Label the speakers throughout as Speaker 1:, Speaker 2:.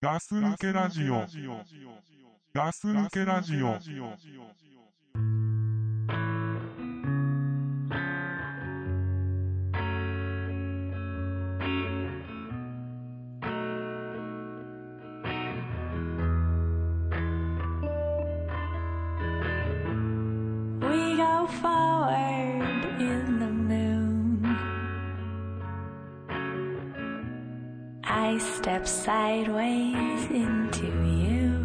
Speaker 1: ガス抜けラジオ。ガス抜けラジオ。
Speaker 2: We go forward in the moon. I step sideways into you.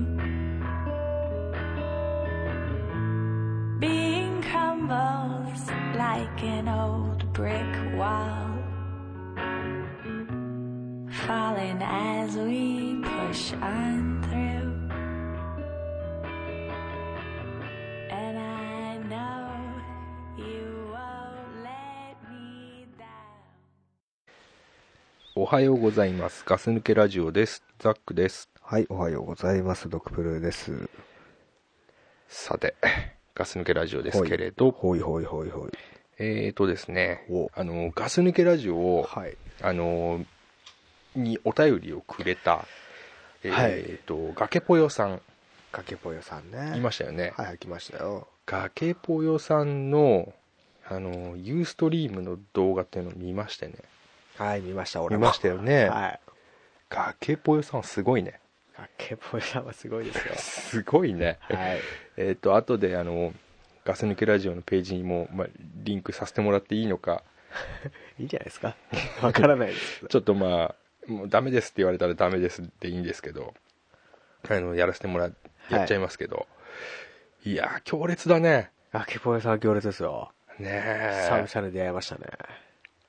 Speaker 2: Being crumbles like an old brick wall. Falling as we push on through. And I know you won't let me down.
Speaker 3: おはようございます。ガス抜けラジオです。ザックです。
Speaker 4: はい、おはようございます。ドクプルーです。
Speaker 3: さて、ガス抜けラジオですけれど、
Speaker 4: ほいほいほいほい。
Speaker 3: えーとですね
Speaker 4: お、
Speaker 3: あの、ガス抜けラジオを、
Speaker 4: はい。
Speaker 3: あの、にお便りをくれた、え
Speaker 4: はい
Speaker 3: ーと、崖ぽよさん、
Speaker 4: かけぽよさんね。
Speaker 3: いましたよね。
Speaker 4: はいはい、来ましたよ。
Speaker 3: 崖ぽよさんの、あの、ユーストリームの動画っていうのを見ましてね。
Speaker 4: はい、見ました、俺
Speaker 3: 見
Speaker 4: も。
Speaker 3: ましたよね。
Speaker 4: はい。
Speaker 3: 崖ぽよさんすごいね。。
Speaker 4: かけぽよさんはすごいですよ
Speaker 3: すごいね。
Speaker 4: はい。
Speaker 3: えっ、と、後で、あの、ガス抜けラジオのページにも、まあ、リンクさせてもらっていいのか、
Speaker 4: いいんじゃないですか。 わからないです。
Speaker 3: ちょっとまあ、もうダメですって言われたらダメですでいいんですけど、あの、やらせてもら、
Speaker 4: い
Speaker 3: やっちゃいますけど、い、やー、強烈だね。
Speaker 4: かけぽよさんは行列ですよ。
Speaker 3: ね
Speaker 4: 久
Speaker 3: え。
Speaker 4: 々に出会いましたね。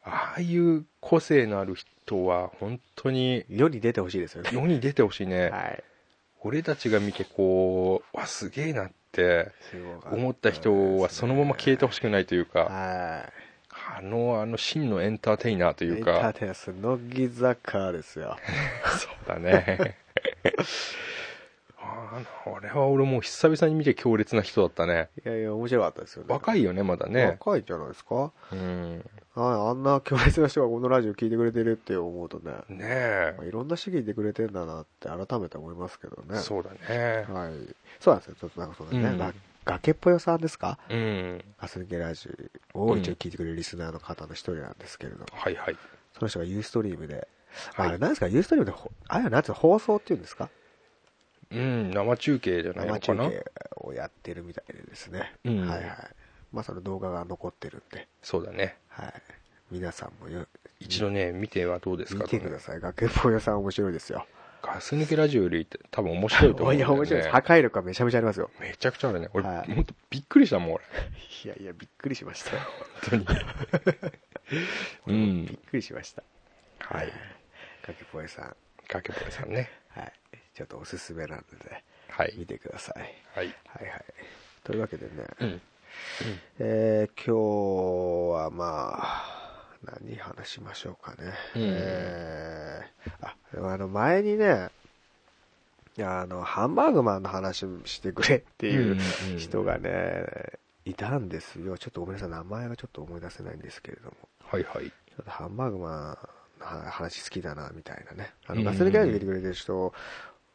Speaker 3: ああいう個性のある人は、本当に、
Speaker 4: 世に出てほしいですよね。
Speaker 3: 世に出てほしいね。
Speaker 4: はい。
Speaker 3: 俺たちが見て、こう、わ、すげえなって、
Speaker 4: すごかた
Speaker 3: 思った人はそのまま消えてほしくないというか、
Speaker 4: はい。
Speaker 3: あの、あの、真のエンターテイナーとい
Speaker 4: エ
Speaker 3: う
Speaker 4: ンター
Speaker 3: か、
Speaker 4: テイナース、乃木坂ですよ。
Speaker 3: そうだね。ああ、あれは俺もう久々に見て強烈な人だったね。
Speaker 4: いやいや、面白かったですよね。
Speaker 3: 若いよね、まだね。
Speaker 4: 若いんじゃないですか。
Speaker 3: うん。
Speaker 4: はい、あんな強烈な人がこのラジオ聞いてくれてるって思うとね、
Speaker 3: ねえ
Speaker 4: まあ、いろんな主義でくれてんだなって改めて思いますけどね。
Speaker 3: そうだね。
Speaker 4: はい。そうなんですよ。ちょっとなんかそうだね。
Speaker 3: うん
Speaker 4: が崖っぽよさんですか
Speaker 3: うん。
Speaker 4: ガス抜けラジオを一
Speaker 3: う
Speaker 4: 応
Speaker 3: ん
Speaker 4: 聞いてくれるリスナーの方の一人なんですけれども、
Speaker 3: はいはい。
Speaker 4: その人がユーストリームで、まあ
Speaker 3: は
Speaker 4: あれ
Speaker 3: い。
Speaker 4: なんですか、ユーストリームでほ、あれはなんつうの、放送っていうんですか
Speaker 3: うん、生中継じゃないのか
Speaker 4: 生中
Speaker 3: な。
Speaker 4: 継をやってるみたいでですね。
Speaker 3: うん
Speaker 4: はいはい。まあその動画が残ってるんで、
Speaker 3: そうだね。
Speaker 4: はい。皆さんもよ
Speaker 3: 一度ね、見てはどうですか
Speaker 4: 見てください。崖っぽよさん面白いですよ。
Speaker 3: ガス抜けラジオより多分面白いと思うん
Speaker 4: い
Speaker 3: だよ
Speaker 4: や、
Speaker 3: ね。
Speaker 4: 面白いです。破壊力がめちゃめちゃありますよ。
Speaker 3: めちゃくちゃあるね。俺、
Speaker 4: はい
Speaker 3: ほんとびっくりしたもん、俺。
Speaker 4: いやいや、びっくりしました。
Speaker 3: 本当に。う
Speaker 4: びっ
Speaker 3: ん。
Speaker 4: くりしました。
Speaker 3: はい。
Speaker 4: かけぽえさん。
Speaker 3: かけぼれさんね。
Speaker 4: はい。ちょっとおすすめなので、
Speaker 3: はい
Speaker 4: 見。てください。
Speaker 3: はい。
Speaker 4: はいはい。というわけでね、
Speaker 3: うん。
Speaker 4: えー、今日はまあ、何話しましょうかね。
Speaker 3: うん
Speaker 4: えー、あ、でもあの前にね、いやあの、ハンバーグマンの話してくれっていう
Speaker 3: うんうん
Speaker 4: 人がね、いたんですよ。ちょっとごめんなさい、名前がちょっと思い出せないんですけれども。
Speaker 3: はいはい。
Speaker 4: ちょっとハンバーグマンの話好きだな、みたいなね。あ
Speaker 3: う
Speaker 4: の、
Speaker 3: んうんうん
Speaker 4: ガス抜けラジオ聞いてくれてる人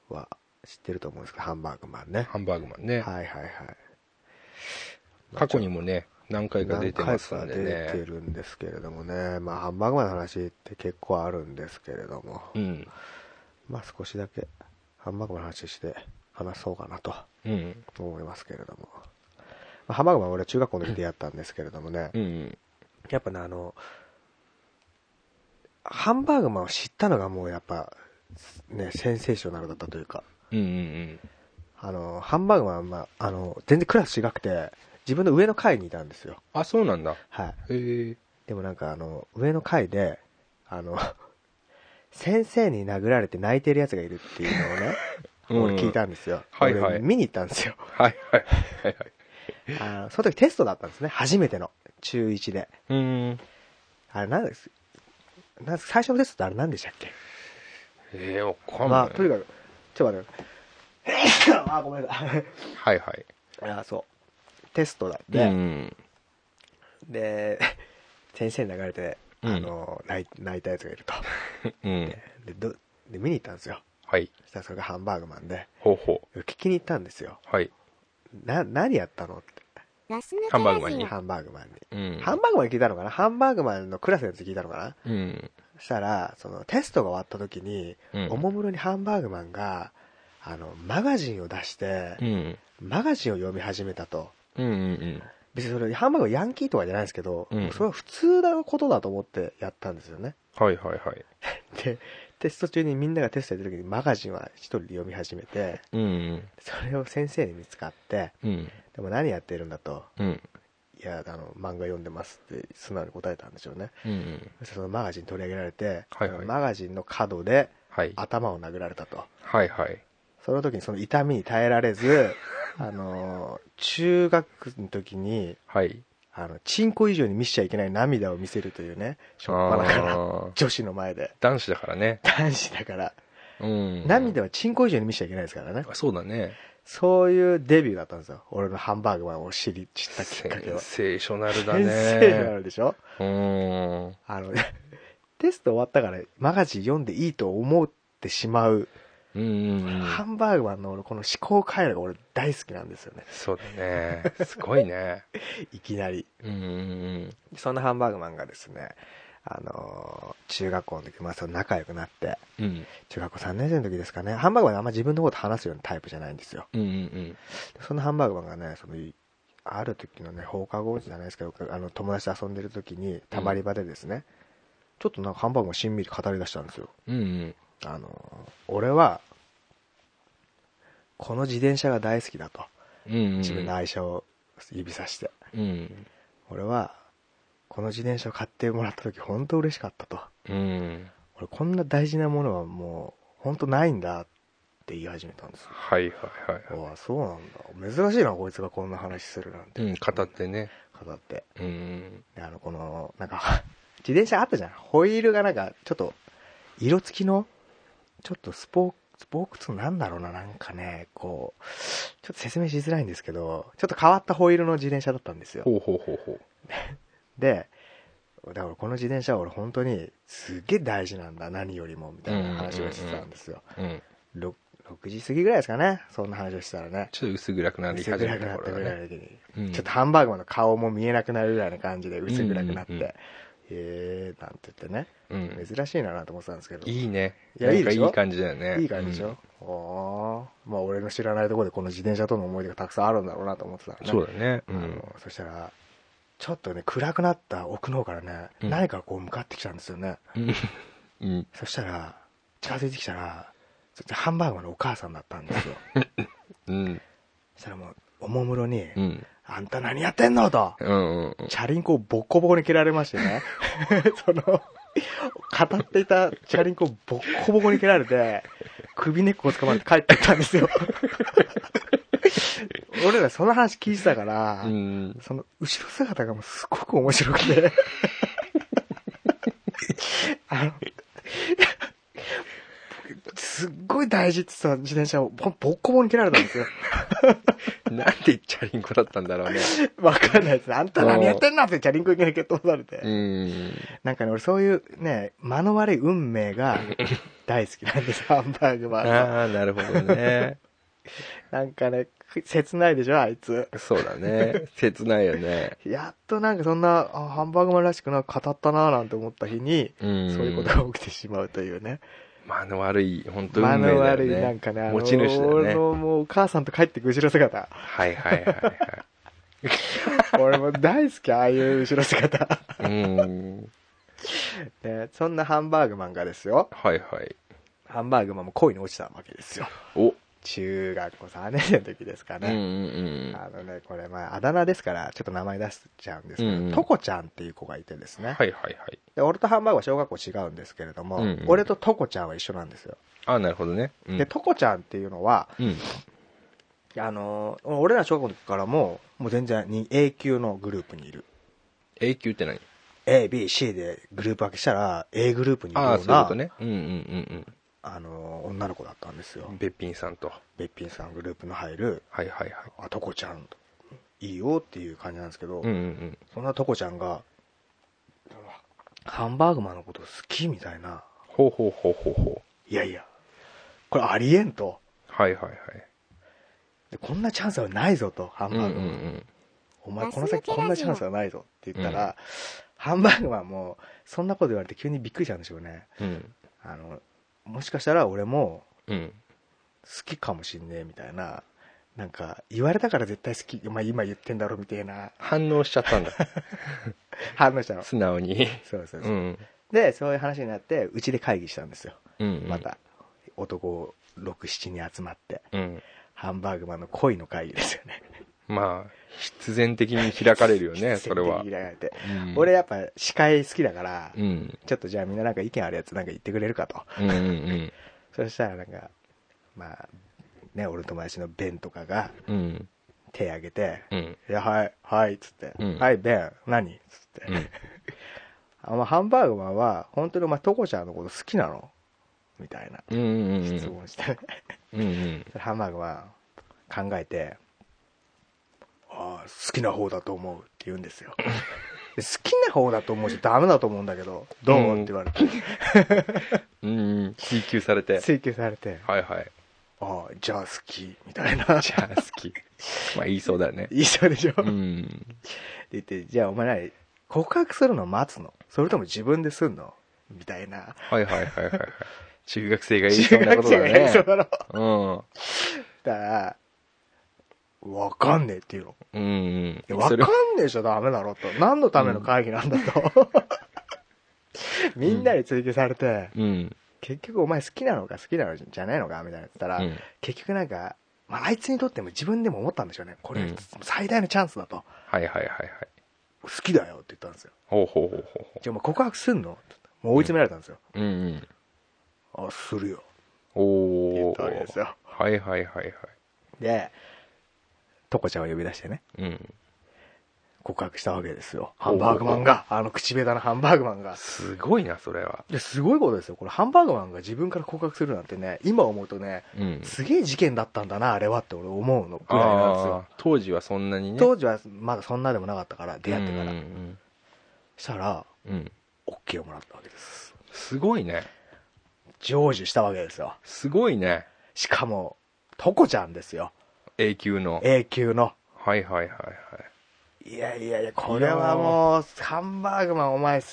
Speaker 4: は知ってると思うんですけど、ハンバーグマンね。
Speaker 3: ハンバーグマンね。
Speaker 4: はいはいはい。
Speaker 3: 過去にもね、何回か出
Speaker 4: 何
Speaker 3: て
Speaker 4: 回
Speaker 3: ます
Speaker 4: か
Speaker 3: んで
Speaker 4: 出て
Speaker 3: ね。
Speaker 4: るんですけれどもね。まあ、ハンバーグマンの話って結構あるんですけれども。
Speaker 3: うん。
Speaker 4: まあ、少しだけ、ハンバーグマンの話して話そうかなと
Speaker 3: うん。
Speaker 4: 思いますけれども。まあハンバーグマン俺中学校の時でやったんですけれどもね。
Speaker 3: うん。
Speaker 4: やっぱね、あの、ハンバーグマンを知ったのがもうやっぱ、ね、センセーショナルだったというか、
Speaker 3: うんうん
Speaker 4: あの、ハンバーグマンは、まあ、あの、全然クラス違くて、自分の上の階にいたんですよ。
Speaker 3: あ、そうなんだ。
Speaker 4: はい。
Speaker 3: へえ。
Speaker 4: でもなんかあの、上の階で、あの、 先生に殴られて泣いてる奴がいるっていうのをね、
Speaker 3: うん
Speaker 4: 俺聞いたんですよ。
Speaker 3: はいはい
Speaker 4: 俺見に行ったんですよ。
Speaker 3: はいはいはいはい。
Speaker 4: あの、その時テストだったんですね。初めての。中1で。
Speaker 3: うん。
Speaker 4: あれなんです、なんです最初のテストってあれ何でしたっけ
Speaker 3: ええ、わかん
Speaker 4: ま
Speaker 3: な
Speaker 4: あ、と
Speaker 3: い。
Speaker 4: にかく、ちょっと待って。 あ、ごめんなさい。
Speaker 3: はいはい。
Speaker 4: あ、そう。テストだっ
Speaker 3: う
Speaker 4: て、
Speaker 3: ん。
Speaker 4: で、 先生に流れて、
Speaker 3: うん
Speaker 4: あの、泣い泣いたやつがいると。
Speaker 3: うん。
Speaker 4: でどで、見に行ったんですよ。
Speaker 3: ははい。
Speaker 4: そしたらそれがハンバーグマンで、
Speaker 3: ほうほ
Speaker 4: 聞きに行ったんですよ。
Speaker 3: う。はい。
Speaker 4: な、何やったのっ
Speaker 5: ラス抜
Speaker 3: ハンバーグマ
Speaker 5: け
Speaker 3: ン
Speaker 5: ラ
Speaker 3: に
Speaker 4: て、
Speaker 5: ジ
Speaker 4: ハンバーグマンに。
Speaker 3: うん。
Speaker 4: ハンバーグマンに聞いたのかなハンバーグマンのクラスのやつ聞いたのかな
Speaker 3: うん。
Speaker 4: そしたら、そのテストが終わった時に、
Speaker 3: うん。
Speaker 4: おもむろにハンバーグマンが、あの、マガジンを出して
Speaker 3: う、ん。
Speaker 4: マガジンを読み始めたと。
Speaker 3: うんうん
Speaker 4: 別にそれ、ハンバーグはヤンキーとかじゃないんですけど、
Speaker 3: うん
Speaker 4: それは普通なことだと思ってやったんですよね。
Speaker 3: うん。はいはいはい。
Speaker 4: で、テスト中にみんながテストやってる時にマガジンは一人で読み始めて、
Speaker 3: うん
Speaker 4: それを先生に見つかって、
Speaker 3: うん。うん。
Speaker 4: でも何やってるんだと、
Speaker 3: うん。
Speaker 4: いや、あの、漫画読んでますって素直に答えたんでしょうね。
Speaker 3: うん。
Speaker 4: そしたらそのマガジン取り上げられて、
Speaker 3: はいはい
Speaker 4: マガジンの角で
Speaker 3: はい。
Speaker 4: 頭を殴られたと。
Speaker 3: はいはい。
Speaker 4: その時にその痛みに耐えられ ず、あの、中学の時に、
Speaker 3: はい。
Speaker 4: あの、チンコ以上に見せちゃいけない涙を見せるというね、しょっぱなから、
Speaker 3: あー
Speaker 4: 女子の前で。
Speaker 3: 男子だからね。
Speaker 4: 男子だから、
Speaker 3: うん。
Speaker 4: 涙はチンコ以上に見せちゃいけないですからね。
Speaker 3: そうだね。
Speaker 4: そういうデビューだったんですよ。俺のハンバーグマンを知り、知ったき
Speaker 3: セ
Speaker 4: っかけ
Speaker 3: ン
Speaker 4: は。
Speaker 3: セーショナルだ
Speaker 4: 先生があ
Speaker 3: ね。
Speaker 4: るでしょ
Speaker 3: うん。
Speaker 4: あの、 テスト終わったからマガジン読んでいいと思ってしまう、
Speaker 3: うんうん。
Speaker 4: ハンバーグマンの俺この思考回路が俺大好きなんですよね。
Speaker 3: そうだね。すごいね。
Speaker 4: いきなり。
Speaker 3: うんうん
Speaker 4: そんなハンバーグマンがですね、あのー中学校の時、まあその仲良くなって、
Speaker 3: うん。うん。
Speaker 4: 中学校3年生の時ですかね、ハンバーグマンあんま自分のこと話すようなタイプじゃないんですよ。
Speaker 3: うんうん
Speaker 4: そのハンバーグマンがね、その、ある時のね、放課後じゃないですけど、あの、友達と遊んでる時に、たまり場でですね、ちょっとなんかハンバーグマンしんみり語り出したんですよ。
Speaker 3: うん。うんうん。
Speaker 4: あの、俺は、この自転車が大好きだと。
Speaker 3: うんうん。
Speaker 4: 自分の愛車を指さして。
Speaker 3: うん。
Speaker 4: 俺は、この自転車を買ってもらった時、本当嬉しかったと。
Speaker 3: うん。
Speaker 4: 俺こんな大事なものはもう、本当ないんだって言い始めたんですよ。
Speaker 3: はいはいはい。
Speaker 4: ああ、そうなんだ。珍しいな、こいつがこんな話するなんて。
Speaker 3: うん、語ってね。
Speaker 4: 語って。
Speaker 3: うん。
Speaker 4: であの、この、なんか、 自転車あったじゃん。ホイールがなんか、ちょっと、色付きの、ちょっとスポーク、スポークツなんだろうな、なんかね、こう、ちょっと説明しづらいんですけど、ちょっと変わったホイールの自転車だったんですよ。
Speaker 3: ほうほうほうほう。
Speaker 4: で、だからこの自転車は俺本当にすっげえ大事なんだ、何よりも、みたいな話をしてたんですよ。
Speaker 3: うん。
Speaker 4: ろ 6, 時過ぎぐらいですかね、そんな話をしてたらね。
Speaker 3: ちょっと薄暗くなり始め
Speaker 4: 薄暗くな
Speaker 3: た
Speaker 4: っ
Speaker 3: 頃
Speaker 4: て
Speaker 3: だ
Speaker 4: ぐらい
Speaker 3: ね。
Speaker 4: の時に、
Speaker 3: うん
Speaker 4: ちょっとハンバーグマンの顔も見えなくなるぐらいの感じで薄暗くなっ
Speaker 3: う
Speaker 4: て、
Speaker 3: んうんうん
Speaker 4: へえー、なんて言ってね、
Speaker 3: うん。
Speaker 4: 珍しいなと思ってたんですけど、
Speaker 3: いいね。
Speaker 4: いやいいでしょ
Speaker 3: なんかいい感じだよね。
Speaker 4: いい感じでしょ、おーまあ俺の知らないところでこの自転車との思い出がたくさんあるんだろうなと思ってたら
Speaker 3: う
Speaker 4: ね
Speaker 3: ん。そうだね。う
Speaker 4: あ
Speaker 3: ん。
Speaker 4: のそしたらちょっとね暗くなった奥の方からね、
Speaker 3: うん
Speaker 4: 何かこう向かってきたんですよね
Speaker 3: うんうん。
Speaker 4: そしたら近づいてきたらそしたらハンバーグマンのお母さんだった んですよ
Speaker 3: うん。
Speaker 4: そしたらもうおもむろに、
Speaker 3: うん。
Speaker 4: あんた何やってんの?」と。
Speaker 3: うん。うん。
Speaker 4: チャリンコをボッコボコに蹴られましてね。 その、語っていたチャリンコをボッコボコに蹴られて、首根っこを掴まれて帰ってきたんですよ。俺らその話聞いてたから、
Speaker 3: うん。
Speaker 4: その後ろ姿がもうすごく面白くて。 あの、すっごい大事って言ってた自転車をボボッコボコに蹴られたんですよ。
Speaker 3: なんでチャリンコだったんだろうね。
Speaker 4: わかんないです。あんた何やってんだってチャリンコに蹴飛ばされて。
Speaker 3: うん。
Speaker 4: なんかね、俺そういうね、間の悪い運命 が大好きなんです、ハンバーグマンの。
Speaker 3: ああ、なるほどね。
Speaker 4: なんかね、く切ないでしょ、あいつ。
Speaker 3: そうだね。切ないよね。
Speaker 4: やっとなんかそんな、あハンバーグマンらしくな、語ったなぁなんて思った日に、
Speaker 3: うん。
Speaker 4: そういうことが起きてしまうというね。
Speaker 3: 間の悪い、本当
Speaker 4: 間
Speaker 3: 運命だよ
Speaker 4: の
Speaker 3: ね。
Speaker 4: 悪い、なんかね、あの、
Speaker 3: 持ち主だよ
Speaker 4: 俺
Speaker 3: ね。
Speaker 4: のもうお母さんと帰ってく後ろ姿。
Speaker 3: はいはいはいはい。
Speaker 4: 俺も大好き、ああいう後ろ姿。
Speaker 3: うん。
Speaker 4: ね、そんなハンバーグマンがですよ、
Speaker 3: はいはい。
Speaker 4: ハンバーグマンも恋に落ちたわけですよ。
Speaker 3: お。
Speaker 4: 中学校3年生の時ですか
Speaker 3: う
Speaker 4: ね。
Speaker 3: んうん
Speaker 4: あのね、これ、まあ、あだ名ですから、ちょっと名前出しちゃうんですけ
Speaker 3: うんう
Speaker 4: ど、
Speaker 3: ん
Speaker 4: トコちゃんっていう子がいてです
Speaker 3: うん。
Speaker 4: ね。
Speaker 3: はいはいはい。
Speaker 4: で俺とハンバーグは小学校違うんですけれども、
Speaker 3: うんうん
Speaker 4: 俺とトコちゃんは一緒なんですよ。
Speaker 3: ああ、なるほどね。うん
Speaker 4: で、トコちゃんっていうのは、
Speaker 3: うん。
Speaker 4: あのー俺ら小学校の時からも、もう全然に A 級のグループにいる。
Speaker 3: 永久って何
Speaker 4: A、B、C でグループ分けしたら、A グループにいるよう
Speaker 3: あ
Speaker 4: な
Speaker 3: あ、、そういうことね。うんうんうん
Speaker 4: あのー女の子だったんですよ
Speaker 3: うん。。べっぴんさんと。
Speaker 4: べっぴんさんグループの入る、
Speaker 3: はいはいはい。
Speaker 4: あ、トコちゃん、いいよっていう感じなんですけど、
Speaker 3: うんうん
Speaker 4: そんなトコちゃんが、ハンバーグマンのこと好きみたいな。
Speaker 3: ほうほうほうほうほ
Speaker 4: いやいや、これありえんと。
Speaker 3: はいはいはい。
Speaker 4: でこんなチャンスはないぞと、ハン
Speaker 3: うんう
Speaker 4: バー
Speaker 3: ん
Speaker 4: グ。
Speaker 3: うん。
Speaker 4: お前この先こんなチャンスはないぞって言ったら、ハンバーグはもう、そんなこと言われて急にびっくりしたんでしょうね。
Speaker 3: うん。
Speaker 4: あの、もしかしたら俺も
Speaker 3: うん。
Speaker 4: 好きかもしんねえみたいな、なんか言われたから絶対好き、お前今言ってんだろみたいな
Speaker 3: 反応しちゃったんだ。
Speaker 4: 反応したの。そ
Speaker 3: 素直に。
Speaker 4: うそうそうう。
Speaker 3: ん。
Speaker 4: で、そういう話になって、うちで会議したんですよ。
Speaker 3: うんうん。
Speaker 4: ま。た、男6、7人集まって、
Speaker 3: うん。
Speaker 4: ハンバーグマンの恋の会議ですよね。
Speaker 3: まあ、必然的に開かれるよ ね、それは
Speaker 4: 切。り開かれて
Speaker 3: うん
Speaker 4: 俺、やっぱ司会好きだから、
Speaker 3: うん。
Speaker 4: ちょっとじゃあみんななんか意見あるやつなんか言ってくれるかと。
Speaker 3: うんうん
Speaker 4: そしたらなんか、まあ、ね、俺の友達のベンとかが
Speaker 3: うん。うん。
Speaker 4: 手挙げて、
Speaker 3: うん。
Speaker 4: いや、はい、はい、っつって、
Speaker 3: うん
Speaker 4: はい、ベン、何っつって。
Speaker 3: うん
Speaker 4: あまあ、ハンバーグマンは、本当にお前、トコちゃんのこと好きなのみたいな
Speaker 3: うんうんうん。
Speaker 4: 質問して、
Speaker 3: うんうん。
Speaker 4: ハンバーグマン考えて、ああ、好きな方だと思うって言うんです よ。で好きな方だと思うし、ダメだと思うんだけど、どう、
Speaker 3: うん
Speaker 4: って言われて、
Speaker 3: うん。追求され て。
Speaker 4: 追求されて、
Speaker 3: はいはい。
Speaker 4: ああ、じゃあ好き、みたいな。
Speaker 3: じ ゃあ好き。まあ言いそうだね。
Speaker 4: 言いそうでしょ、
Speaker 3: う
Speaker 4: って
Speaker 3: ん。
Speaker 4: 言って、じゃあお前何告白するの待つのそれとも自分ですんのみたいな。
Speaker 3: はいはいはいはいはい。中学生が言いそ
Speaker 4: 中
Speaker 3: うなこ
Speaker 4: 学
Speaker 3: と
Speaker 4: 生
Speaker 3: だ
Speaker 4: がやり
Speaker 3: ね
Speaker 4: そう。だろ。
Speaker 3: うん。
Speaker 4: だから、わかんねえっていうの。
Speaker 3: うん
Speaker 4: い
Speaker 3: う
Speaker 4: や
Speaker 3: ん。
Speaker 4: わか
Speaker 3: そ
Speaker 4: ん
Speaker 3: れ
Speaker 4: ね
Speaker 3: は
Speaker 4: えじゃダメだろと。何のための会議なんだと。みんなに追及されて、
Speaker 3: うん。
Speaker 4: 結局お前好きなのか好きなのじゃないのかみたいな言ったら、
Speaker 3: うん
Speaker 4: 結局なんか、まあ、あいつにとっても自分でも思ったんでしょうね。こ
Speaker 3: う
Speaker 4: れ
Speaker 3: ん、
Speaker 4: 最大のチャンスだと。
Speaker 3: はいはいはいはい。
Speaker 4: 好きだよって言ったんですよ。
Speaker 3: ほうほうほうほうほ
Speaker 4: じゃあお前告白すんのって言ったもう追い詰められたんですよ。
Speaker 3: う。うんうん。
Speaker 4: あ、するよ。言
Speaker 3: お
Speaker 4: ったわけです
Speaker 3: ー。
Speaker 4: よ。
Speaker 3: はいはいはいはい。
Speaker 4: で、トコちゃんを呼び出してね、
Speaker 3: うん。
Speaker 4: 告白したわけですよ。ハンバーグマンが、あの口下手なハンバーグマンが。
Speaker 3: すごいな、それは。
Speaker 4: いや、すごいことですよ。これ、ハンバーグマンが自分から告白するなんてね、今思うとね、
Speaker 3: うん。
Speaker 4: すげえ事件だったんだな、あれはって俺思うのぐらいなんです
Speaker 3: あ
Speaker 4: よ
Speaker 3: あ。、当時はそんなにね。
Speaker 4: 当時はまだそんなでもなかったから、出会ってから
Speaker 3: うん。うん
Speaker 4: したら、
Speaker 3: うんうん。
Speaker 4: OK をもらったわけです。
Speaker 3: すごいね。
Speaker 4: 成就したわけですよ。
Speaker 3: すごいね。
Speaker 4: しかも、トコちゃんですよ。
Speaker 3: 永久の。
Speaker 4: 永久の。
Speaker 3: はいはいはいはい。
Speaker 4: いやいやいや、これはもう、ハンバーグマンお前、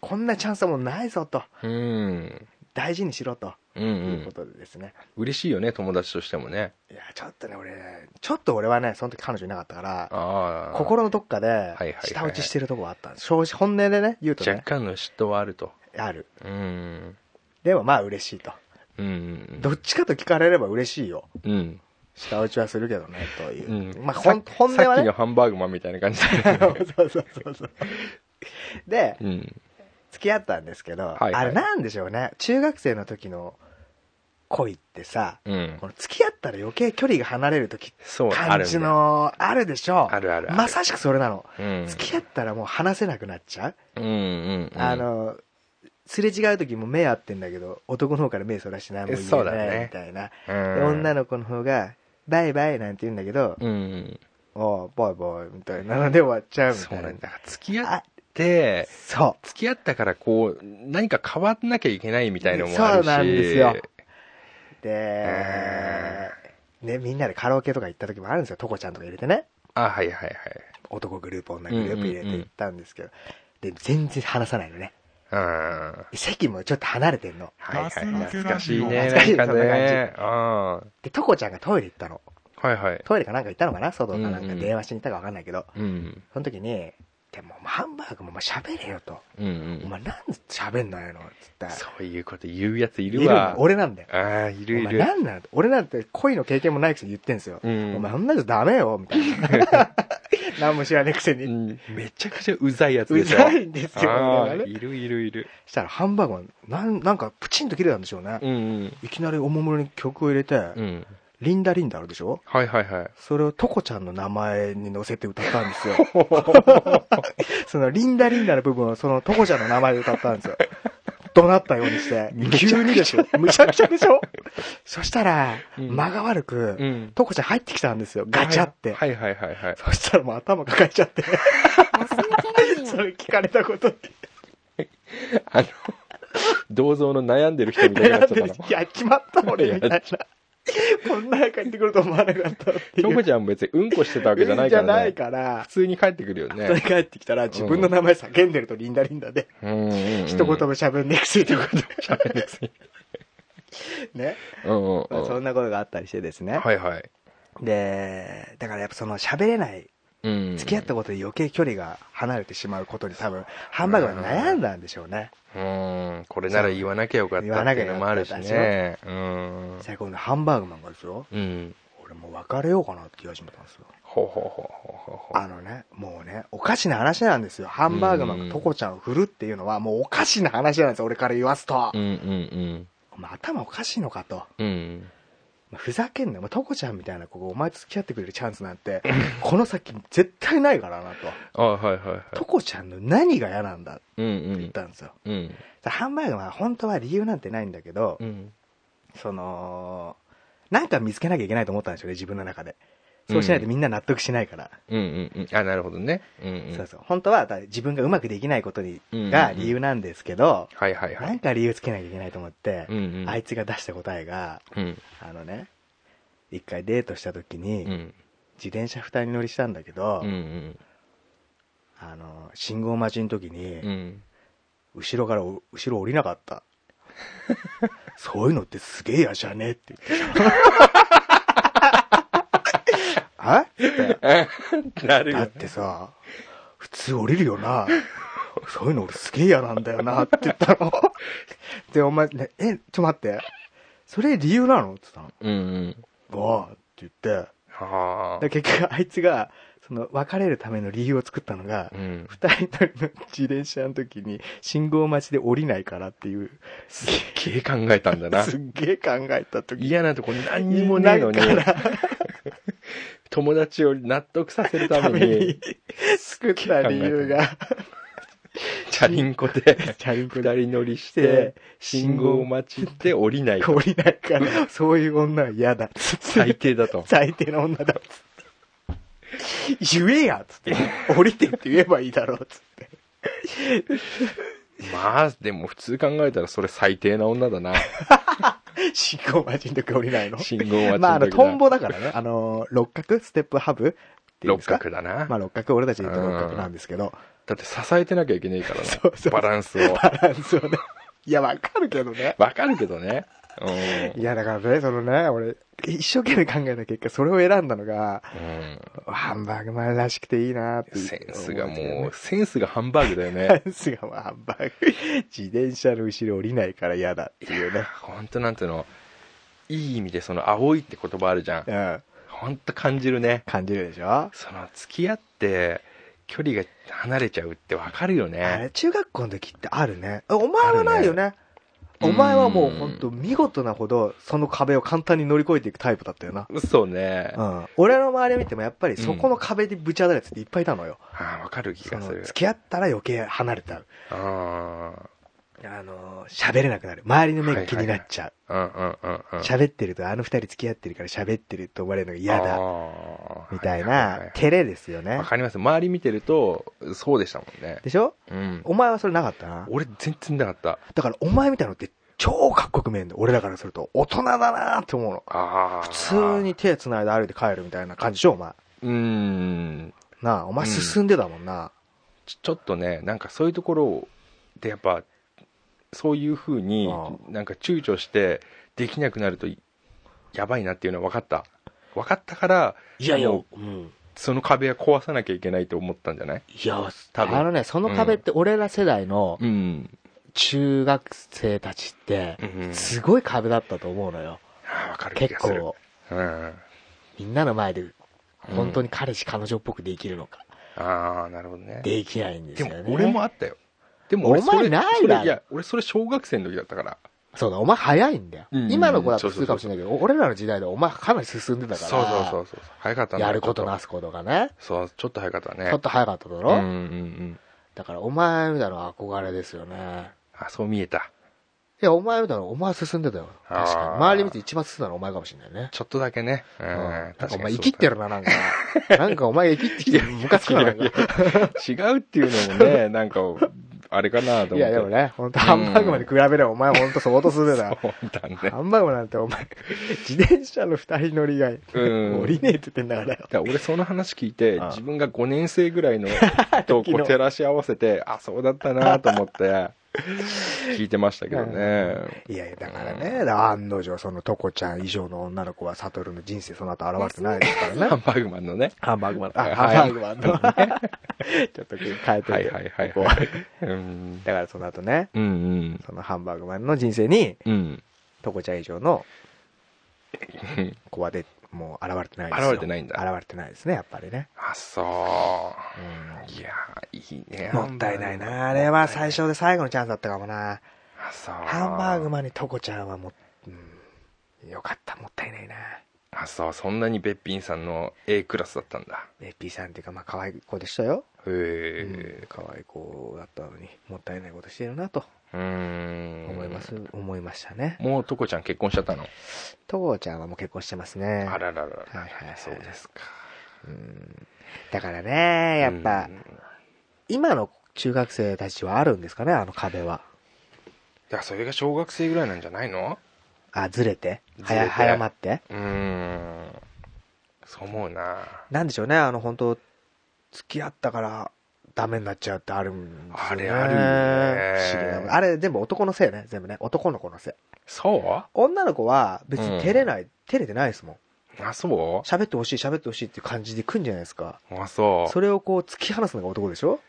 Speaker 4: こんなチャンスはもうないぞと。
Speaker 3: うん。
Speaker 4: 大事にしろと。
Speaker 3: うんう
Speaker 4: いうこ
Speaker 3: ん。
Speaker 4: とでですね。
Speaker 3: 嬉しいよね、友達としてもね。
Speaker 4: いや、ちょっとね、俺ね、ちょっと俺はね、その時彼女いなかったから、
Speaker 3: ああ。
Speaker 4: 心のどっかで
Speaker 3: はいはい、
Speaker 4: 下打ちしてるとこがあったんです。正直、本音でね、言うと
Speaker 3: 若
Speaker 4: ね、
Speaker 3: 干の嫉妬はあると。
Speaker 4: ある。
Speaker 3: うん。
Speaker 4: でもまあ嬉しいと。
Speaker 3: うんうん
Speaker 4: どっちかと聞かれれば嬉しいよ。
Speaker 3: うん。うん。
Speaker 4: 下打ちはするけどね、というう。
Speaker 3: ん。
Speaker 4: まあ、
Speaker 3: さ
Speaker 4: ほん
Speaker 3: っき
Speaker 4: 本音は
Speaker 3: さっき
Speaker 4: ね
Speaker 3: の。ハンバーグマンみたいな感じ
Speaker 4: そ
Speaker 3: で。
Speaker 4: うそうそうそう。で、
Speaker 3: うん。
Speaker 4: 付き合ったんですけど、
Speaker 3: いはい
Speaker 4: あれなんでしょうね。中学生の時の恋ってさ、
Speaker 3: うん
Speaker 4: こ。の付き合ったら余計距離が離れる時
Speaker 3: そう、あ
Speaker 4: 感
Speaker 3: るんだ
Speaker 4: じ
Speaker 3: よ
Speaker 4: のあるでしょ
Speaker 3: あるあるある
Speaker 4: まさしくそれなの、
Speaker 3: うん。
Speaker 4: 付き合ったらもう話せなくなっちゃう、
Speaker 3: うんうんうん。
Speaker 4: あ、のすれ違う時も目合ってんだけど男の方から目そらしてないもん言
Speaker 3: そううだ
Speaker 4: ね
Speaker 3: ね
Speaker 4: みたいな、
Speaker 3: うん
Speaker 4: で女の子の方が「バイバイ」なんて言うんだけど
Speaker 3: うん。
Speaker 4: 「おうバイバイ」みたいなので終わっちゃうみ
Speaker 3: そ
Speaker 4: た
Speaker 3: う
Speaker 4: い
Speaker 3: な
Speaker 4: なん
Speaker 3: だ。だから付き合って、
Speaker 4: そう
Speaker 3: 付き合ったからこう、何か変わんなきゃいけないみたいのもあるし。
Speaker 4: そうなんですよ
Speaker 3: え
Speaker 4: で、ね、みんなでカラオケとか行った時もあるんですよトコちゃんとか入れてね
Speaker 3: あ、はいはい
Speaker 4: 男グループ女グループ入れて行ったんですけど、で全然話さないのね
Speaker 3: はい。うん。
Speaker 4: 席もちょっと離れてんの
Speaker 3: はいは
Speaker 1: ガ
Speaker 3: い。
Speaker 1: ス抜け
Speaker 3: 懐
Speaker 1: ラ
Speaker 3: かし
Speaker 1: ジ
Speaker 3: い
Speaker 1: オ
Speaker 3: ね。
Speaker 4: 懐かしい
Speaker 3: なんか
Speaker 4: そんな
Speaker 3: ね。あ
Speaker 4: でトコちゃんがトイレ行ったの
Speaker 3: あ。はいはい。
Speaker 4: トイレかなんか行ったのかな外かな
Speaker 3: うんん
Speaker 4: か
Speaker 3: うん
Speaker 4: 電話しに行ったか分かんないけど、
Speaker 3: うん。
Speaker 4: その時に「でもハンバーグもお前喋れよ」と
Speaker 3: うんう
Speaker 4: 「お
Speaker 3: ん。
Speaker 4: 前なんで喋んないの?」っつったら
Speaker 3: そういうこと言うやつい
Speaker 4: い
Speaker 3: るわ。
Speaker 4: の俺なんだよ
Speaker 3: ああ、い
Speaker 4: お
Speaker 3: るい
Speaker 4: 前
Speaker 3: る。
Speaker 4: なんなの俺なんて恋の経験もないくせに言ってんすよ、
Speaker 3: うん
Speaker 4: お前そんなじゃダメよみたいな 何も知らねえくせ
Speaker 3: う
Speaker 4: に、
Speaker 3: んめちゃくちゃうざいやつ
Speaker 4: う
Speaker 3: でしょ。
Speaker 4: ざいんですよ
Speaker 3: ああ、
Speaker 4: 俺がね
Speaker 3: いるいるいる。
Speaker 4: したらハンバーグはなんなんかプチンと切れたんでしょうね、
Speaker 3: うん
Speaker 4: いきなりおもむろに曲を入れて、
Speaker 3: うん。うん。
Speaker 4: リンダリンダあるでしょ
Speaker 3: はいはいはい。
Speaker 4: それをトコちゃんの名前に乗せて歌ったん ですよ。そのリンダリンダの部分をそのトコちゃんの名前で歌ったん ですよ。怒鳴ったようにして。急にでしょ むちゃくちゃでしょそしたら、
Speaker 3: うん
Speaker 4: 間が悪く、
Speaker 3: うん
Speaker 4: トコちゃん入ってきたんですよ。ガチャって。
Speaker 3: はいはいはいはい。
Speaker 4: そしたらもう頭抱えちゃって。それ聞かれたことに。
Speaker 3: あの、銅像の悩んでる人みたいになっ
Speaker 4: 選ん
Speaker 3: ちゃ
Speaker 4: で
Speaker 3: っ
Speaker 4: る
Speaker 3: たの。
Speaker 4: いや、決まった俺みたいな。 こんな帰ってくると思わなかったっていう。
Speaker 3: 京子ちゃんも別にうんこしてたわけじゃないか
Speaker 4: じゃ
Speaker 3: ら
Speaker 4: ない
Speaker 3: ね。
Speaker 4: から
Speaker 3: 普。通に帰ってくるよね
Speaker 4: そ。れ帰ってきたら自分の名前叫んでるとリンダリンダで、
Speaker 3: うんうんうん
Speaker 4: 一言も喋んねくせってことで
Speaker 3: 喋んねえくせに
Speaker 4: ね。
Speaker 3: うんうん
Speaker 4: まあそ
Speaker 3: うん
Speaker 4: んなことがあったりしてですね。
Speaker 3: はいはい。
Speaker 4: で、だからやっぱその喋れない、
Speaker 3: うん
Speaker 4: 付き合ったことで余計距離が離れてしまうことに多分、ハンバーグは悩んだんでしょうね。
Speaker 3: うん、これなら言わなきゃよかったっていうのもあるし
Speaker 4: 言わなきゃ
Speaker 3: ね。うん。
Speaker 4: 最後のハンバーグマンがですよ。
Speaker 3: うん。
Speaker 4: 俺もう別れようかなって言い始めたんですよ。
Speaker 3: ほうほうほうほうほうほう。
Speaker 4: あのね、もうね、おかしな話なんですよ。ハンバーグマンがトコちゃんを振るっていうのは、もうおかしな話なんですよ、俺から言わすと
Speaker 3: う。んうん
Speaker 4: お前頭おかしいのかと。
Speaker 3: うん。うん。
Speaker 4: ふざけんなよ。もうトコちゃんみたいな子がお前と付き合ってくれるチャンスなんて、この先絶対ないからなと。
Speaker 3: あはいはいはい。
Speaker 4: トコちゃんの何が嫌なんだって
Speaker 3: うんう
Speaker 4: 言っ
Speaker 3: ん。
Speaker 4: たんですよ。
Speaker 3: うん。
Speaker 4: さハンバーグは本当は理由なんてないんだけど、
Speaker 3: うん。
Speaker 4: その、なんか見つけなきゃいけないと思ったんでしょうね、自分の中で。そうしないとみんな納得しないから。
Speaker 3: うんうんうん。あ、なるほどね。うんうん。
Speaker 4: そうそう。本当はだから自分がうまくできないことに、
Speaker 3: うん
Speaker 4: が理由なんですけど、
Speaker 3: はいはいは
Speaker 4: なん
Speaker 3: い。
Speaker 4: か理由つけなきゃいけないと思って、
Speaker 3: うんうん。
Speaker 4: あいつが出した答えが、
Speaker 3: うん
Speaker 4: あのね、一回デートした時に、
Speaker 3: うん。
Speaker 4: 自転車二人乗りしたんだけど、
Speaker 3: うんうん。
Speaker 4: あの信号待ちの時に、
Speaker 3: うん。
Speaker 4: 後ろからお後ろ降りなかった そういうのってすげえ嫌じゃねえって言って たあって
Speaker 3: なるよ
Speaker 4: だっ
Speaker 3: ね。
Speaker 4: てさ普通降りるよなそういうの俺すげえ嫌なんだよなって言った のでお前、ね、えちょっと待ってそれ理由なのって言っ
Speaker 3: うんうん。
Speaker 4: たのああって言って
Speaker 3: はあ
Speaker 4: で。結局あいつがその別れるための理由を作ったのが、
Speaker 3: うん。
Speaker 4: 二人乗りの自転車の時に信号待ちで降りないからっていう、
Speaker 3: すっげえ考えたんだな。
Speaker 4: すっげえ考えた時
Speaker 3: 嫌なとこ何にもねえのに
Speaker 4: だ、から
Speaker 3: 友達を納得させるた
Speaker 4: た
Speaker 3: め
Speaker 4: め
Speaker 3: に
Speaker 4: に、作った理由が、
Speaker 3: チャリンコで
Speaker 4: チャリンコ
Speaker 3: 二
Speaker 4: で
Speaker 3: 人乗りし
Speaker 4: で
Speaker 3: て、信号待ちで降りない。
Speaker 4: 降りないから、そういう女は嫌だっつって。
Speaker 3: 最低だ と。
Speaker 4: 最低な女だっつって。言えやっつって。降りてって言えばいいだろうっつって。
Speaker 3: まあ、でも普通考えたらそれ最低な女だな。
Speaker 4: 信号待ちの時降りないの。
Speaker 3: 信号待ちの時だ
Speaker 4: まあ、あの、トンボだからね。あの、六角、ステップハブっていうんで
Speaker 3: 六
Speaker 4: すか。
Speaker 3: 角だな。
Speaker 4: まあ、六角、俺たちで言うと六角なんですけど。
Speaker 3: だって支えてなきゃいけないから
Speaker 4: そうそう
Speaker 3: な。バランスを。
Speaker 4: バランスをね。いや、わかるけどね。
Speaker 3: わかるけどね。うん
Speaker 4: いや、だからね、そのね、俺、一生懸命考えた結果、それを選んだのが、ハンバーグマンらしくていいなって
Speaker 3: う
Speaker 4: い
Speaker 3: ん。
Speaker 4: う
Speaker 3: センスが
Speaker 4: 思うん
Speaker 3: もう、
Speaker 4: です
Speaker 3: センスがハンバーグだよ
Speaker 4: けどね、
Speaker 3: ね。
Speaker 4: センスがもうハンバーグ。自転車の後ろ降りないから嫌だっていうね。
Speaker 3: ほんとなんていうの、いい意味でその、青いって言葉あるじゃん
Speaker 4: う。ん。
Speaker 3: ほんと感じるね。
Speaker 4: 感じるでしょあ
Speaker 3: その、付き合って、距離が離れちゃうってわかるよね。
Speaker 4: れ、中学校の時ってあるね。えお前はないよね。お前はもう本当見事なほど、その壁を簡単に乗り越えていくタイプだったよな。
Speaker 3: そうね。
Speaker 4: う
Speaker 3: あ
Speaker 4: ん。俺の周り見てもやっぱりそこの壁でぶち当たるやつっていっぱいいたのよ。
Speaker 3: あ、わかる気
Speaker 4: そ
Speaker 3: が
Speaker 4: の
Speaker 3: する
Speaker 4: 付。き合ったら余計離れた
Speaker 3: あ
Speaker 4: あの喋れなくなる周りの目が気になっちゃう
Speaker 3: あ。うんうんうんうん。
Speaker 4: 喋、ってるとあの二人付き合ってるから喋ってると思われるのが嫌
Speaker 3: あ
Speaker 4: だ
Speaker 3: ー
Speaker 4: みたい
Speaker 3: ははは
Speaker 4: な照れですよね
Speaker 3: わかります。周り見てると、そうでしたもんね。
Speaker 4: でしょ
Speaker 3: うん。
Speaker 4: お前はそれなかったな
Speaker 3: 俺全然なかった。
Speaker 4: だからお前みたいなのって超かっこよく見えるんだよ俺らからすると大人だなって思うの
Speaker 3: ああ。
Speaker 4: 普通。に手繋いで歩いて帰るみたいな感じでしょお前
Speaker 3: うーん。
Speaker 4: なあお前進んでたもんな、
Speaker 3: ちょちょっとね、なんかそういうところでやっぱ、そういうふうに
Speaker 4: ああ、
Speaker 3: なんか躊躇して、できなくなると、やばいなっていうのは分かった。分かったから、
Speaker 4: いやいや、
Speaker 3: もう
Speaker 4: うん、
Speaker 3: その壁は壊さなきゃいけないと思ったんじゃない
Speaker 4: いや
Speaker 3: 多分
Speaker 4: あのねその壁って俺ら世代の
Speaker 3: うん。
Speaker 4: 中学生たちって、
Speaker 3: うん。
Speaker 4: すごい壁だったと思うのよ。
Speaker 3: ああ、分かる気
Speaker 4: 結
Speaker 3: がする。
Speaker 4: 構、
Speaker 3: うん。あ
Speaker 4: みんなの前で、本当に彼氏彼女っぽくできるのか。
Speaker 3: あ、なるほどね。
Speaker 4: できないんです
Speaker 3: で
Speaker 4: よね。
Speaker 3: も俺もあったよ。でも俺それ
Speaker 4: お前ない
Speaker 3: そ
Speaker 4: だろ
Speaker 3: れいや、俺それ小学生の時だったから。
Speaker 4: そうだ、お前早いんだよ。
Speaker 3: うん
Speaker 4: 今の子だと普通かもしれないけど、俺らの時代でお前かなり進んでたから。
Speaker 3: そうそうそうそう。早かったんだ
Speaker 4: やることな
Speaker 3: ちょっ
Speaker 4: すことがね。
Speaker 3: そう、ちょっと早かったね。
Speaker 4: ちょっと早かっただ
Speaker 3: うん
Speaker 4: ろ、
Speaker 3: うんうん。
Speaker 4: だからお前みたいなの憧れですよね。
Speaker 3: あ、そう見えた。
Speaker 4: いや、お前みたいなのお前進んでたよ。確か
Speaker 3: あ。
Speaker 4: に
Speaker 3: ー
Speaker 4: 周り見て一番進んだのはお前かもしれないね。
Speaker 3: ちょっとだけね。うん。
Speaker 4: うんな
Speaker 3: 確
Speaker 4: んか
Speaker 3: か
Speaker 4: お
Speaker 3: に
Speaker 4: 前生きってるな、な んか。なんかお前生きってきてる。ムカつくな、なんか。
Speaker 3: 違うっていうのもね、なんか、あれかなと思って。
Speaker 4: いや、でもね、本当ハンバーグまで比べればお前本当相当するな。
Speaker 3: そうだね。
Speaker 4: ハンバーグなんてお前、自転車の二人乗りが、
Speaker 3: うん
Speaker 4: 降りねえって言ってんだからよ。
Speaker 3: だから俺その話聞いて
Speaker 4: ああ
Speaker 3: 自分が5年生ぐらい のとこう照らし合わせてあそうだったなと思 って聞いてましたけどね
Speaker 4: いやいや、だからね、だから案の定、そのトコちゃん以上の女の子はサトルの人生その後現れてないですから
Speaker 3: ハン
Speaker 4: ね。
Speaker 3: バーグマンのね
Speaker 4: ハンバーグマン。
Speaker 3: はい
Speaker 4: あ、ハンバーグ マンの。ちょっと変えて
Speaker 3: は
Speaker 4: み
Speaker 3: い
Speaker 4: て
Speaker 3: はいはい
Speaker 4: ここ
Speaker 3: は
Speaker 4: はい
Speaker 3: うん
Speaker 4: だからその後ね、
Speaker 3: うんうん
Speaker 4: そのハンバーグマンの人生に、
Speaker 3: うん
Speaker 4: トコちゃん以 上の子はで、もう現れてないですよ。
Speaker 3: 現れてないんだ
Speaker 4: 現れてないですね、やっぱりね。
Speaker 3: あそうういやいいね
Speaker 4: ん。もったいないな。あれは最初で最後のチャンスだったかもな。
Speaker 3: あそう
Speaker 4: ハンバーグマンにトコちゃんはもう、うん、よかった、もったいないな。
Speaker 3: あそうそんなにべっぴんさんの A クラスだったんだ
Speaker 4: ベッピーさんっていうか、まあ、可愛い子でしたよ。
Speaker 3: へえ
Speaker 4: 可愛い子だったのに、もったいないことしてるなと
Speaker 3: うーん
Speaker 4: 思います、思いましたね。
Speaker 3: もうとこちゃん結婚しちゃったの
Speaker 4: トコちゃんはもう結婚してますね。
Speaker 3: あらららら
Speaker 4: はいはいはい
Speaker 3: そうですか
Speaker 4: うんだからね、やっぱ、
Speaker 3: うんい
Speaker 4: 今の中学生たちはあるんですかね、あの壁は。
Speaker 3: やそれが小学生ぐらいなんじゃないの
Speaker 4: あ、ずれて
Speaker 3: ずれて
Speaker 4: 早早まって
Speaker 3: うーんそう思うな
Speaker 4: なんでしょうね、あの、本当付き合ったから、ダメになっちゃうってあるんですよね。
Speaker 3: あれあるよね
Speaker 4: 不思議なもんあれ、全部男のせいね、全部ね。男の子のせい。
Speaker 3: そ
Speaker 4: 女の子は別に照れない、照れてないですもん。
Speaker 3: うあそ
Speaker 4: 喋ってほしい、喋ってほしいっていう感じで来んじゃないですか。
Speaker 3: うあそう
Speaker 4: それをこう突き放すのが男でしょ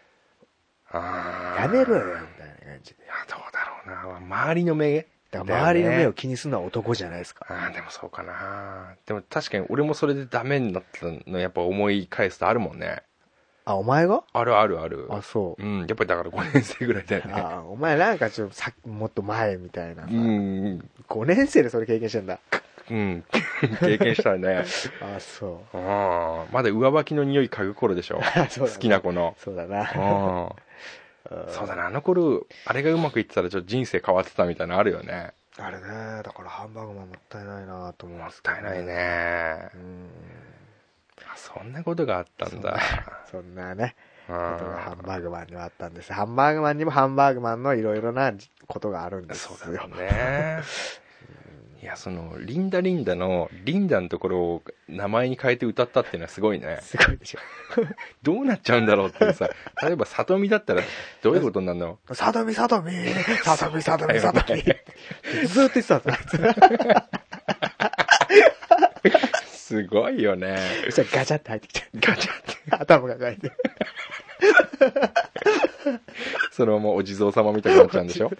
Speaker 3: あー
Speaker 4: やめろよ、
Speaker 3: い
Speaker 4: みたいな感じで。
Speaker 3: やどうだろうな周りの目
Speaker 4: だから周りの目を
Speaker 3: だよね
Speaker 4: 気にするのは男じゃないですか。
Speaker 3: あーでもそうかなでも確かに俺もそれでダメになったのやっぱ思い返すとあるもんね
Speaker 4: あ、お前が
Speaker 3: あるあるある
Speaker 4: あ、そう。
Speaker 3: うんやっぱりだから5年生ぐらいだよね
Speaker 4: あお前なんかちょっとさもっと前みたいなさ、
Speaker 3: うん
Speaker 4: 5年生でそれ経験してんだ。
Speaker 3: うん、 経験したね。
Speaker 4: あ、そう。
Speaker 3: う ん、まだ上履きの匂い嗅ぐ頃でしょ。
Speaker 4: あそう
Speaker 3: 好
Speaker 4: だ
Speaker 3: きな子 の。
Speaker 4: そうだ
Speaker 3: う
Speaker 4: な。
Speaker 3: ん。
Speaker 4: うん
Speaker 3: そうだな、あの頃、あれがうまくいってたらちょっと人生変わってたみたいなのあるよね。
Speaker 4: あれね、だからハンバーグマンもったいないなと思うん
Speaker 3: もっ
Speaker 4: ですけど
Speaker 3: たいない。ね
Speaker 4: う。ん。
Speaker 3: あそんなことがあったんだ。
Speaker 4: そんなね、
Speaker 3: う
Speaker 4: ことがハ
Speaker 3: ん
Speaker 4: ンバーグマンにはあったんです。ハンバーグマンにもハンバーグマンのいろいろなことがあるんです
Speaker 3: そ
Speaker 4: よ。
Speaker 3: うだよね。いや、その、リンダリンダの、リンダのところを名前に変えて歌ったっていうのはすごいね。
Speaker 4: すごいでし
Speaker 3: どうなっちゃうんだろうっていうさ、 例えば里見だったらどういうことになるの
Speaker 4: ょ。さとみさとみさとみさとみさとみ
Speaker 3: そうだ
Speaker 4: ずーっと言ってたんです
Speaker 3: す
Speaker 4: よ。
Speaker 3: ごいよね。
Speaker 4: そしたらガチャって入ってきて、
Speaker 3: ガチャって。
Speaker 4: 頭が返って。
Speaker 3: そのままお地蔵様みたいになっちゃうんで しょ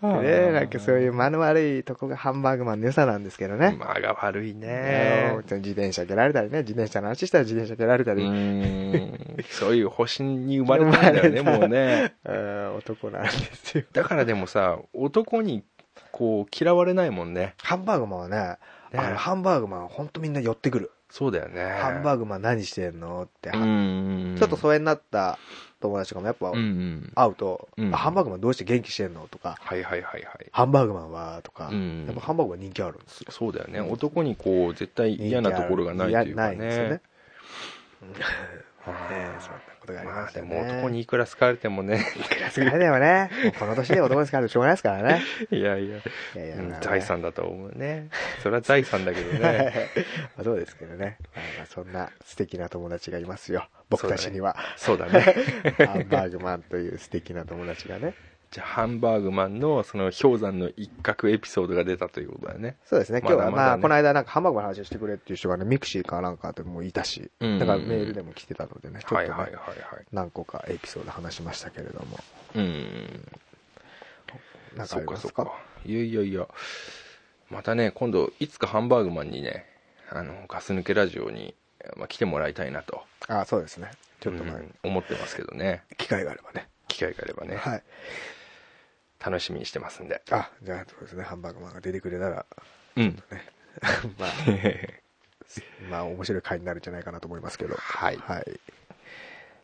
Speaker 4: ねなんかそういう間の悪いとこがハンバーグマンの良さなんですけどね。
Speaker 3: 間が悪いね
Speaker 4: ね自転車蹴られたりね、自転車の話したら自転車蹴られた
Speaker 3: う
Speaker 4: り、
Speaker 3: ーんそういう星に生まれたんだよね
Speaker 4: 生まれた
Speaker 3: もうね
Speaker 4: うん男なんですよ。
Speaker 3: だからでもさ男にこう嫌われないもんね
Speaker 4: ハンバーグマンはね、
Speaker 3: ね
Speaker 4: あのハンバーグマンはほんとみんな寄ってくる。
Speaker 3: そうだよね
Speaker 4: ハンバ
Speaker 3: ー
Speaker 4: ーグマン何してんのって、
Speaker 3: うーん
Speaker 4: ちょっと疎遠になった友達とかもやっぱ
Speaker 3: うんうん
Speaker 4: 会うと、
Speaker 3: うん
Speaker 4: あハンバーグマンどうして元気してんのとか、
Speaker 3: はいはいはいはい
Speaker 4: ハンバーグマンはとか、
Speaker 3: うん
Speaker 4: やっぱハンバーグマン人気あるんですよ。
Speaker 3: そうだよね男にこう絶対嫌なところがないというか
Speaker 4: 人気あるんですよ
Speaker 3: ね
Speaker 4: ね。
Speaker 3: あ
Speaker 4: うんねえそんなことが
Speaker 3: ー
Speaker 4: あり
Speaker 3: ま
Speaker 4: ま
Speaker 3: あ
Speaker 4: した
Speaker 3: で
Speaker 4: ね。
Speaker 3: も男にいくら好かれてもね
Speaker 4: それでもね、もうこの年で男ですからしょうがないですか らね。
Speaker 3: いやいや
Speaker 4: いやいや、
Speaker 3: うん
Speaker 4: まあね
Speaker 3: 財。産だと思う ねそれは財産だけど
Speaker 4: はい
Speaker 3: ね
Speaker 4: まあそうですけどね。まあまあそんな素敵な友達がいますよ。僕たちには。
Speaker 3: そうだね
Speaker 4: ハンバーグマンという素敵な友達がね。
Speaker 3: じゃあハンバーグマンのその氷山の一角エピソードが出たということだよね
Speaker 4: そうですね。今日
Speaker 3: ま
Speaker 4: は、
Speaker 3: だま
Speaker 4: ま
Speaker 3: だ
Speaker 4: あ、
Speaker 3: ね
Speaker 4: この間なんかハンバーグマンの話をしてくれっていう人がね、ミクシーかなんかでもいたし、
Speaker 3: うんうん
Speaker 4: だからメールでも来てたのでね、ちょっとね
Speaker 3: はいはいはいはい
Speaker 4: 何個かエピソード話しましたけれども。
Speaker 3: うん
Speaker 4: なんか
Speaker 3: そ
Speaker 4: あ
Speaker 3: っ
Speaker 4: り
Speaker 3: か
Speaker 4: ま
Speaker 3: そ
Speaker 4: す
Speaker 3: っ
Speaker 4: か
Speaker 3: かいやいやいやまたね今度いつかハンバーグマンにねあのガス抜けラジオに、まあ、来てもらいたいなと
Speaker 4: あそうですね。ちょっとまあ
Speaker 3: うん思ってますけどね
Speaker 4: 機会があればね。
Speaker 3: 機会があればね、
Speaker 4: はい。
Speaker 3: 楽しみにしてますんで
Speaker 4: あ、じゃあそうですね、ハンバーグマンが出てくれたら、
Speaker 3: うん
Speaker 4: まあ、 まあ面白い回になるんじゃないかなと思いますけど。
Speaker 3: はい
Speaker 4: はい。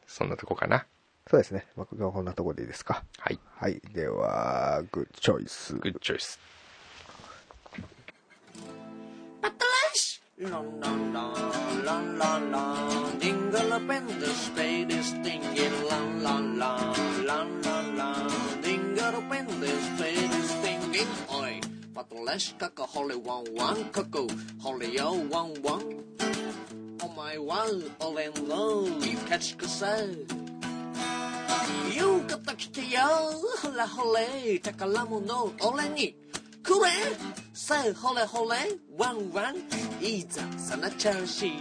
Speaker 3: そんなとこかな
Speaker 4: そうですね。まあ、こんなところでいいですか。
Speaker 3: はい
Speaker 4: はい。では、グッチョイス。
Speaker 3: グッチョイス
Speaker 5: But the lunch Lon, lon, lon, lon, lon, lon. Dingle up in the spade is stinging. Lon, lon, lon, lon, lon, lon. Dingle up in the spade is stinging. Oi, but let's cock a holy one, one cuckoo. Holy oh, one, one. Oh my one, all in low. You catch cassette. 言うこと聞けよほらほれ宝物を俺にくれさあほれほれワンワンいいざさなちゃうし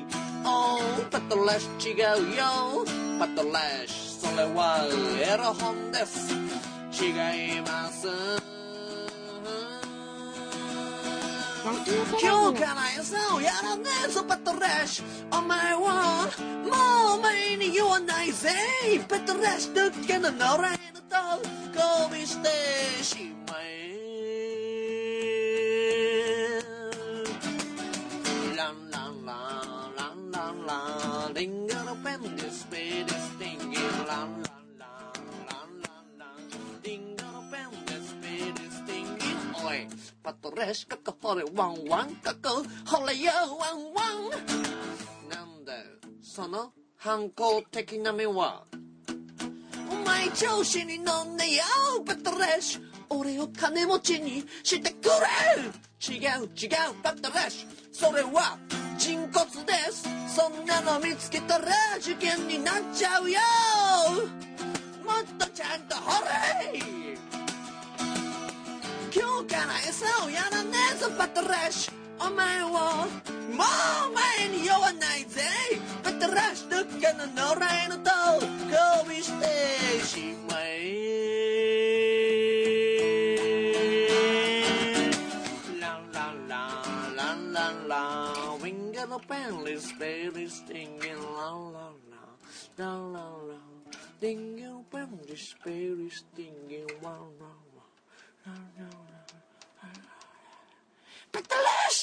Speaker 5: おーパトラッシュ違うよパトラッシュそれはエロ本です違います今日から餌をやらねえぞパトラッシュお前はもうお前に言わないぜパトラッシュどっかの野良犬と交尾してしまえランランランランランランリンゴのペンでスペードスティングランランランランランランリンゴのペンでスペードスティングおいパトレシカカホレワンワンカコホレヨワンワンなんだよその反抗的な目はお前調子に乗んねよパトレッシュ俺を金持ちにしてくれ違う違うパトレッシュそれは人骨ですそんなの見つけたら受験になっちゃうよもっとちゃんと掘れ今日から餌をやらねえぞパトラッシュお前をもうお前に酔わないぜパトラッシュどっかの野良犬と交尾してしまえランランランランランランウィンガのペンリスベリスティンギンランランランランランランディンギのペンリスベリスティンギンランランラン But the last